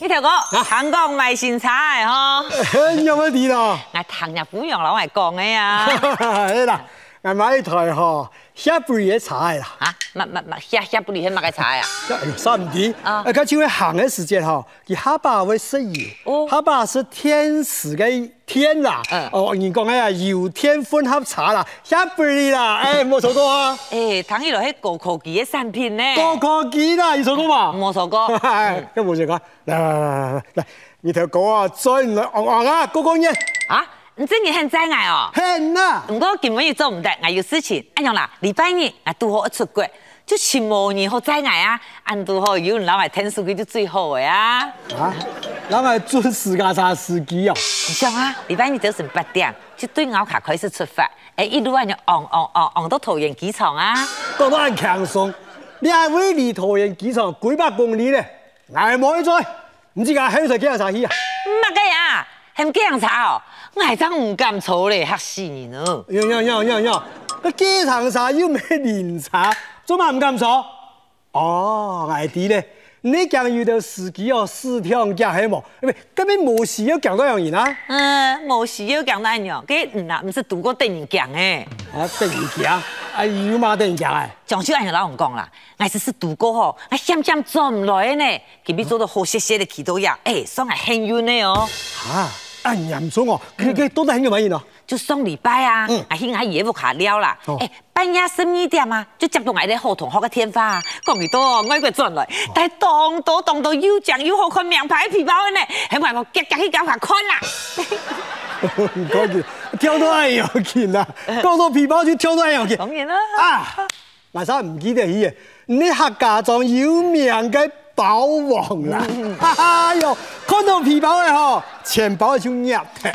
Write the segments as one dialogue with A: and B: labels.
A: 就讲，韩国卖新菜吼，
B: 有乜啲啦？
A: 我糖日本洋佬嚟講嘅 呀。
B: 哎啦，我買一台嗬，一杯嘢茶啦，
A: 啊，乜乜乜，下下不里係乜嘅菜啊？
B: 一三啲。
A: 啊
B: 啊，佢因為行嘅時間嗬，佢哈巴會適宜
A: 哦。
B: 哈巴是天時嘅天啦
A: 嗯。
B: 哦，人講嘅啊，有天分合茶啦，一杯啦，哎，冇錯到啊，
A: 誒，糖呢度係高科技嘅產品呢。
B: 個個幾啦，你錯到嘛？
A: 冇錯 過。
B: 咁冇事講，嚟嚟嚟嚟嚟，你條狗啊，再唔嚟昂昂啊，高高嘢，
A: 啊，你真嘅很在愛哦。
B: 輕啦。
A: 唔過根本又做唔得，我有事情。哎樣啦，禮拜日我拄好一出國，就全無人好在愛啊，俺拄好有人老嚟聽書佢就最好嘅啊。
B: 啊，咱係準時架車司機哦。
A: 你想啊，礼拜日早晨八點，就對牛卡開始出發，哎，一路按就昂昂昂昂到桃園機場啊。
B: 都蛮轻松。你係位離桃園機場幾百公里咧，挨冇得追，唔知嗌喺台幾多茶去啊？
A: 乜嘅嗯呀？很驚查哦，我係真唔敢坐咧，嚇死人哦！
B: 呀呀呀呀呀！個機場茶要咩連茶，做乜唔敢坐？哦，挨啲咧，你講遇到司機哦，四條人行喺冇，唔係根本冇事要講多啊樣嘢啦。
A: 嗯，冇事要講得樣，佢唔啦，唔嗯是讀過電影講嘅。
B: 啊，突然行，哎呦嘛，突然行哎！
A: 漳州人就老唔講啦，我只是讀過吼，我險險做唔來嘅呢，佢比做到好些些的祈禱呀，哎，算係幸運的哦。
B: 啊，哎嚴重哦，佢佢多得很有乜嘢咯？
A: 就上禮拜啊
B: 嗯，
A: 阿兄阿爺夫下了啦
B: 哦，
A: 哎，半夜十二點啊，就接到我哋好同學嘅電話啊，講佢多，我一個轉來，但係當到當到又正又好看名牌皮包嘅呢，喺外國夾夾去搞下看 啦。
B: 唔該佢跳到哎要緊啦，講到皮包就跳到哎要緊。
A: 當然啦。
B: 啊，埋生唔記得起嘅，你客家莊有名嘅包王啦，哎呦，看到皮包嘅嗬，錢包就壓的，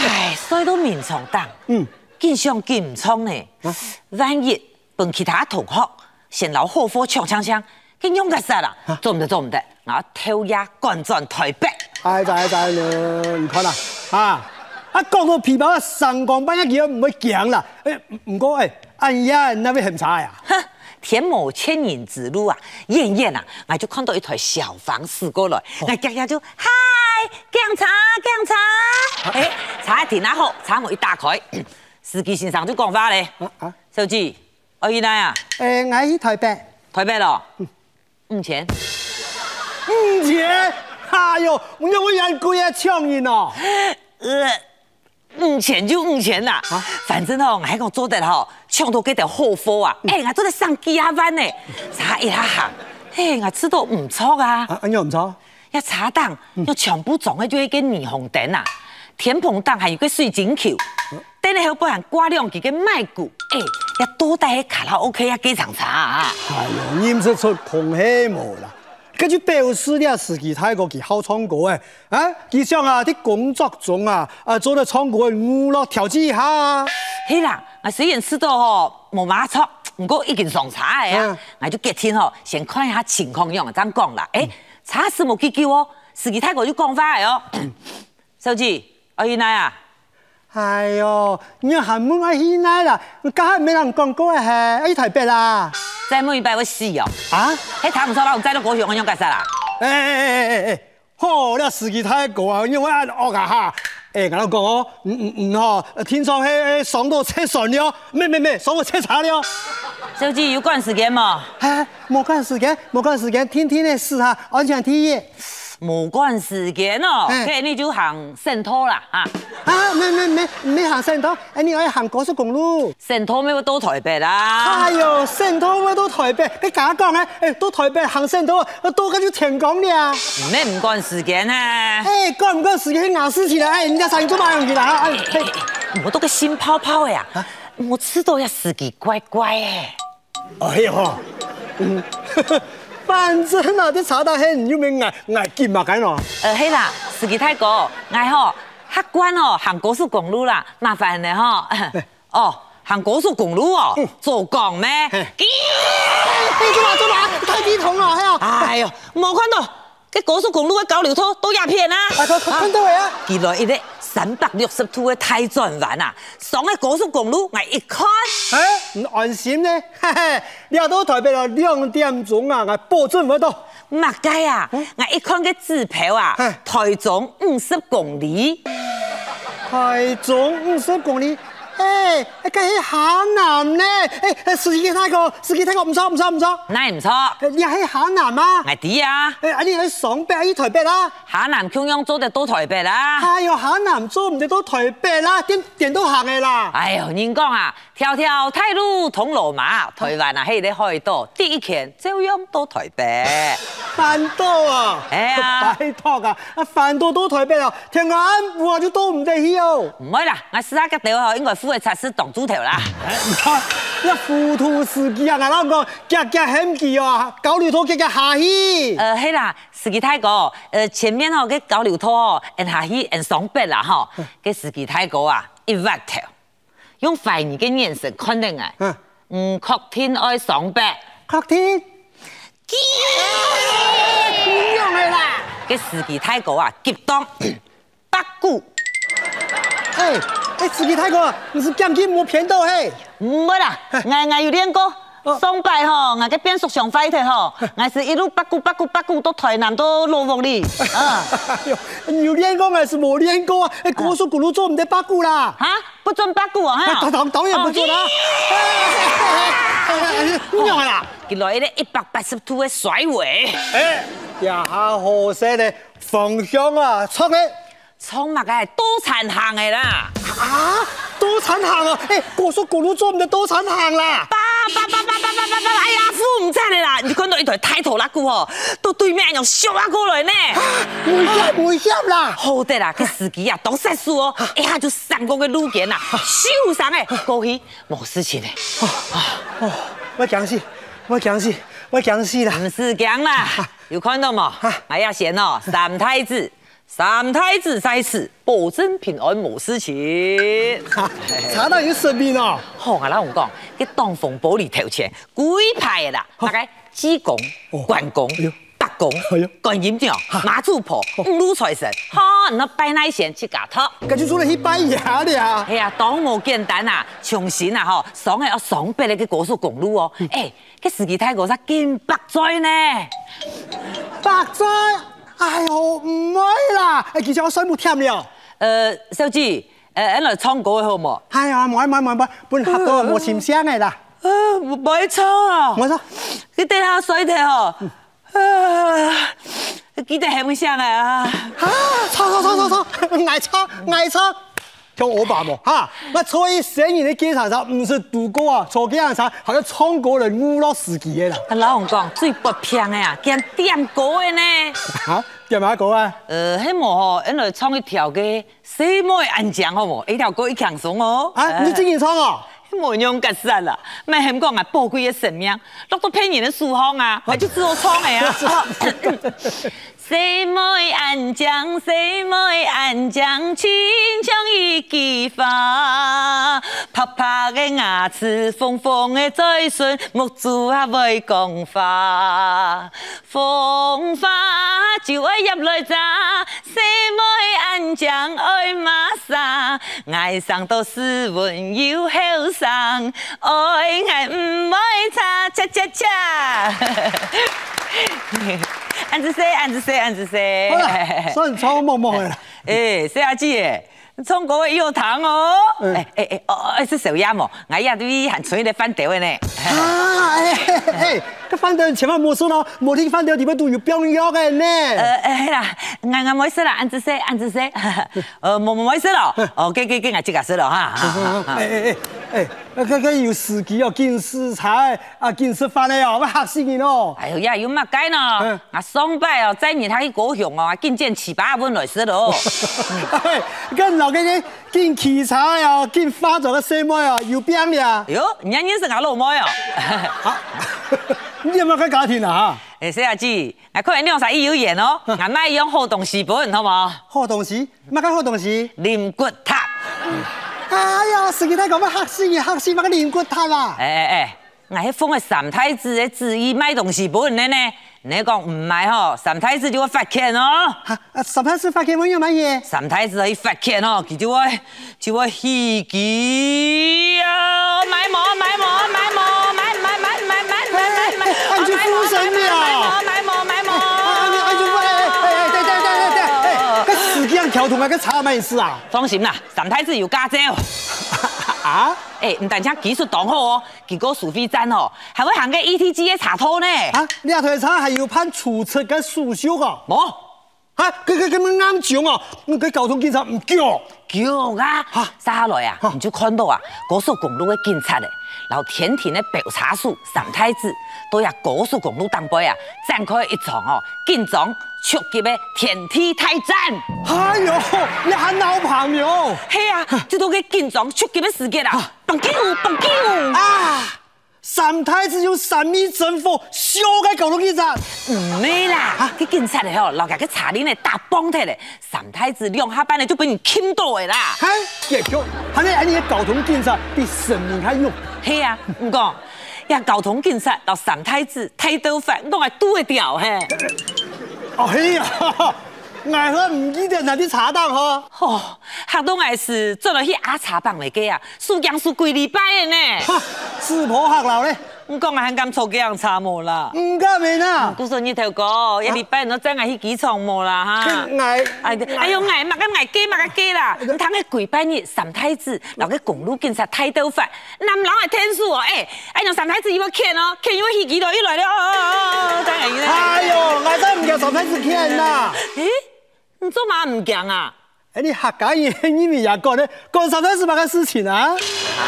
A: 唉，衰到面上當，嗯
B: 嗯，啊
A: 見上見唔衝呢。萬一問其他同學，先留後科搶搶搶，佢用個啥啦？
B: 啊
A: 做唔得，做唔得，我偷呀趕轉台北。
B: 哎大大啦，唔看啦，啊，啊講到皮包，上港班一樣唔會驚啦，誒唔該，誒，哎呀，那邊很差呀，
A: 哼，天無千人之路啊，遠遠啊，我就看到一台小房駛過來，
B: 哦
A: 我夾夾就嗨，警察，警察，哎，查一停啊好，查門一打 開，司機先生就講話咧
B: 啊啊，
A: 小姐，我姨奶啊，
B: 誒，我喺台北，
A: 台北咯，
B: 嗯
A: 五千。
B: 唔姐，哎呦，我有個人故意搶人哦，
A: 呃，五千就五千啦、
B: 啊
A: 反正哦，我还讲做得吼，抢到给条后货啊，哎、我做得上几啊万呢，查一下行，嘿，我吃到唔错啊，
B: 啊，你又唔錯，
A: 一查档，要全部撞的就一个霓虹灯啊，天棚档还有个水晶球，等下后帮人挂两几个麦鼓，哎、要多带去卡拉 OK 啊，几场查啊，
B: 哎呦，你唔是出空氣無啦？佢就表示呢時期泰國佢好唱歌嘅，啊，佢想啊啲工作中啊，啊做得唱歌嘅娛樂調劑一下啊。
A: 嘿啦，我虽然吃到吼冇马错，唔过已经上查的啊
B: 嗯，
A: 我就决定吼先看一下情况样，怎讲啦？诶，查是冇急救哦，司机泰国就讲法的哦。 小姐，阿姨奶啊，
B: 哎呦，你韓文我起奶啊啦，家下沒人啊講過嘅係，喺台北哎啦。
A: 再问一拜我死哦。
B: 啊？
A: 嘿，他唔错啦，我载到高雄，我用干啥啦？
B: 誒誒誒誒，好，呢時期泰國啊，因為啊惡啊哈。誒，我講哦，唔唔唔吼，天上係上到車上了，咩咩咩，上到車查了。
A: 小姐有赶时间冇？
B: 哎，冇趕時間，冇趕時間，天天的事哈，安全第一。
A: 冇赶时间哦，
B: 嗯
A: 嘿，你就行圣托啦啊，
B: 啊，没没没没行圣堂，哎，你要行高速公路。
A: 圣托咩要到台北啦
B: 哎？呦，圣堂我到台北，你假讲啊，哎，到台北行圣堂，我到嗰就停港了。
A: 咩唔赶时间啊呢？
B: 哎，赶唔赶时间咬死起来？哎，人家生意做嘛样去啦？哎，哎
A: 我都个心泡泡呀、我吃到要死给乖乖哎，
B: 哎呦，嗯， 反正啊，你查到黑，你有没挨挨金嘛？紧咯。
A: 呃嘿啦，死给泰国，哎吼，客官哦，行高速公路啦，麻烦你吼， 哦，行高速公路哦，做工咩？
B: 哎，做嘛做嘛，太低筒了，哎呀，
A: 哎呦，冇看到，这高速公路的搞流通都鸦片啊！
B: 啊，看看到未啊？
A: 原来一个三百六十度的太转弯啊，上个高速公路我一看，
B: 哎，唔安心呢，嘿嘿，你到台北了两点钟啊，我保证不到。
A: 物街啊，我一看個指標啊
B: 嘿，
A: 台中五十公里，
B: 台中五十公里，哎，嗰喺海南呢？哎，哎司機睇過，司機睇過，唔錯唔錯唔錯。
A: 那唔錯。
B: 哎你喺海 南啊？
A: 我知啊，
B: 哎，啊你喺上北，喺台北啦、啊。
A: 海南中央做得到台北啦。
B: 哎呦，海南做唔得到台北啦，點點都行嘅啦。
A: 哎呦，人講啊，條條太路通羅馬，台灣啊，喺你海島第一拳照樣到台北。
B: 飯多啊，
A: 哎呀
B: 拜託啊，啊飯多到台北啊，條眼我就都唔得去哦。
A: 唔會啦，我試下個地方應該副嘅測試當主條啦。
B: 哎唔該，一糊塗司機啊，我老講，日日很記啊，九條都日日下去。
A: 呃，係啦，司機太哥，呃，前面吼嘅交流拖吼，按下去按雙百啦吼，嘅司機太哥啊，一歪頭，用懷疑嘅眼神看定我
B: 嗯，
A: 嗯，確定愛雙百，
B: 確定？點樣嘅啦？
A: 嘅司機太哥啊，激動，八股。
B: 哎哎，司機太哥，你是監禁冇騙到嘿？
A: 唔會啦，我我有練過。
B: 哦
A: 上拜吼，我嘅變速上快啲吼，我是一路八股八股八股到台南到羅福里，啊，
B: 哎呦，有練功還是冇練功啊？哎，高速公路做唔得八股啦。
A: 哈，不准八股啊，
B: 啊
A: 哈
B: 導，導導演不做啦！咁樣啦，
A: 佢來咧一百八十度嘅甩尾，
B: 也下何些咧方向啊，出咧
A: 創物嘅係多殘行嘅啦，
B: 啊，多產行啊！誒，高速公路做唔得多產行啦！
A: 叭叭叭叭叭叭叭叭，哎呀，扶唔出嚟啦，你看到一台太頭拉股吼，到對面又削啊過來呢，
B: 危險危險啦！
A: 好得啦，個司機啊，當殺數哦，一下就上過個路肩啦，受傷嘅，過去冇事情嘅。
B: 哦，我講死，我講死，我講死 啦！
A: 唔是講啦，有看到冇？哎呀，贤哦，三太子，三太子在此，保證平安無事情。
B: 查到有生命哦！
A: 好啊，老公講，佢當風玻璃頭前，鬼派的啦，大概濟公
B: 哦、
A: 關公
B: 哎呦、
A: 八公
B: 哎呦、
A: 觀音娘、馬祖婆、五路財神，好，那拜那些去搞托。
B: 咁就做了去拜爺了。
A: 哎呀，當冇簡單啊，重新啊吼，爽係要爽白你嘅高速公路哦。哎，佢司機太過煞見北災呢。
B: 白仔，哎呦，唔愛啦！誒，其實我水冇添了。
A: 呃，小姐，呃，俺來唱歌的好冇？
B: 哎呀，唔愛唔愛唔愛，本合到冇錢聲嘅啦。
A: 啊，唔愛唱啊！
B: 我說。
A: 你等下水的哦。啊，記得喊聲啊！
B: 啊，操操操操操， 挨操挨操，聽我爸冇哈，我坐喺生意的機場上，唔是渡過啊，坐機場上好像唱歌人侮辱自己的啦。
A: 啊，老王講最不平的啊，驚點歌的呢。
B: 啊，點解講啊？
A: 呃，迄幕吼，俺來唱一條個《細妹安江》好冇？一條歌一強爽哦。
B: 啊，你真人唱哦？
A: 迄模樣格殺啦，咪喊講啊，寶貴的生命落到騙人的書房啊，我就自我創的啊。谁妹安江，谁妹安江，亲像一枝花，啪啪的牙齿，缝缝的嘴唇，木珠啊未讲话，风花就爱入来摘，谁妹安江爱马莎，爱上到斯文又后生，爱爱唔爱擦擦擦 擦。按子谁？按子谁？按子谁
B: 好？ 啦，所以唱懵懵的啦。
A: 哎，小阿姐，中国也有糖哦。
B: 嗯
A: 哎哎哎，哦哦，是小鸭哦，哎呀，你很纯的翻掉的呢。
B: 啊，哎哎，個飯店千萬冇收咯，冇聽飯店裡面都有表演嘅
A: 呃
B: 呢。
A: 哎啦，俺俺没事啦，按子谁？按子谁？
B: 嗯
A: 呃，没没没事了。哦，给给给，俺自家事了哈哈。哈
B: 哎哎哎，哎，個個有司機哦，見市場啊，見食飯的哦，我嚇死人哦。
A: 哎呦呀，有嘛改呢
B: 嗯？
A: 啊，上拜哦，再年他去高雄哦，见见七八本来事了。
B: 嗯跟老嘅嘅见奇茶呀，见花咗嘅细妹啊，要边呀
A: 哎？呦，人家认识俺老妹哦。
B: 啊，你有冇个家庭啊？
A: 哎，小阿姐，俺看你用啥一有眼哦，
B: 嗯
A: 俺卖用好东西本好吗？
B: 好同事，乜个好同事？
A: 林骨塔，
B: 哎呀，司机睇咁乜黑先嘅黑先，乜个連骨塔啊？
A: 哎哎哎，我迄封嘅三太子嘅旨意卖东西本的呢，你讲唔卖吼，三太子就会发现哦。
B: 啊啊，十一歲發嘅我要乜嘢？
A: 三太子一发现哦，佢就会就会喜极啊！买毛买毛买毛买买买买买买买买，买毛买毛买毛买毛。
B: 啊哎頭同埋個茶咩事啊？
A: 放心啦，三太子有家姐哦。
B: 啊？
A: 诶，唔但止技術當好哦，結果蘇菲真哦，還會行個 ETG 嘅茶鋪呢。
B: 啊？你阿台茶係要判處出嘅訴訟哦？
A: 冇
B: 嚇！佢佢咁樣啱講哦，佢交通警察唔叫。
A: 叫啊
B: 嚇！
A: 沙來啊
B: 嚇，
A: 你就看到啊，高速公路嘅警察咧，然後天天咧白茶樹、三太子，都入高速公路當杯啊，展開一場哦緊張出擊嘅天梯大戰。
B: 哎呦，你喊老朋友
A: 嘿啊，這都嘅緊張出擊嘅時間啊，蹦幾舞，蹦幾舞。
B: 啊！三太子有三米征服，小嘅交通警察。
A: 唔咩啦，啲警察咧吼，落架去查你咧打崩脱咧，三太子兩下班咧就俾人擒到嘅啦。
B: 嗨，也叫，喊你喊你嘅交通警察比神明還勇。
A: 系啊，唔讲，呀交通警察到三太子剃头发，我系拄会掉嘿。
B: 哦嘿 呀，俺可唔记得那啲茶檔嗬。
A: 哦，吓到我是做落去阿茶房嚟嘅啊，输赢输几礼拜嘅呢。
B: 哈，四婆客流咧，
A: 唔讲啊，很敢错几样差无啦。
B: 唔加面啊！
A: 古顺你头讲，一礼拜都真系去机场无啦哈。
B: 嗌
A: 哎哎呦，挨麦个挨鸡麦个鸡啦！唔通个鬼拜日三太子，留个公路警察剃头发，男人系天数哦，哎，哎用三太子要欠哦，欠要去几多？要来了哦哦哦哦，真系呢。
B: 哎呦，我真唔叫三太啊子骗啦！
A: 诶，你做嘛唔讲啊？
B: 哎，你客家人你咪也讲咧，讲三太子乜嘅事情啊？
A: 啊？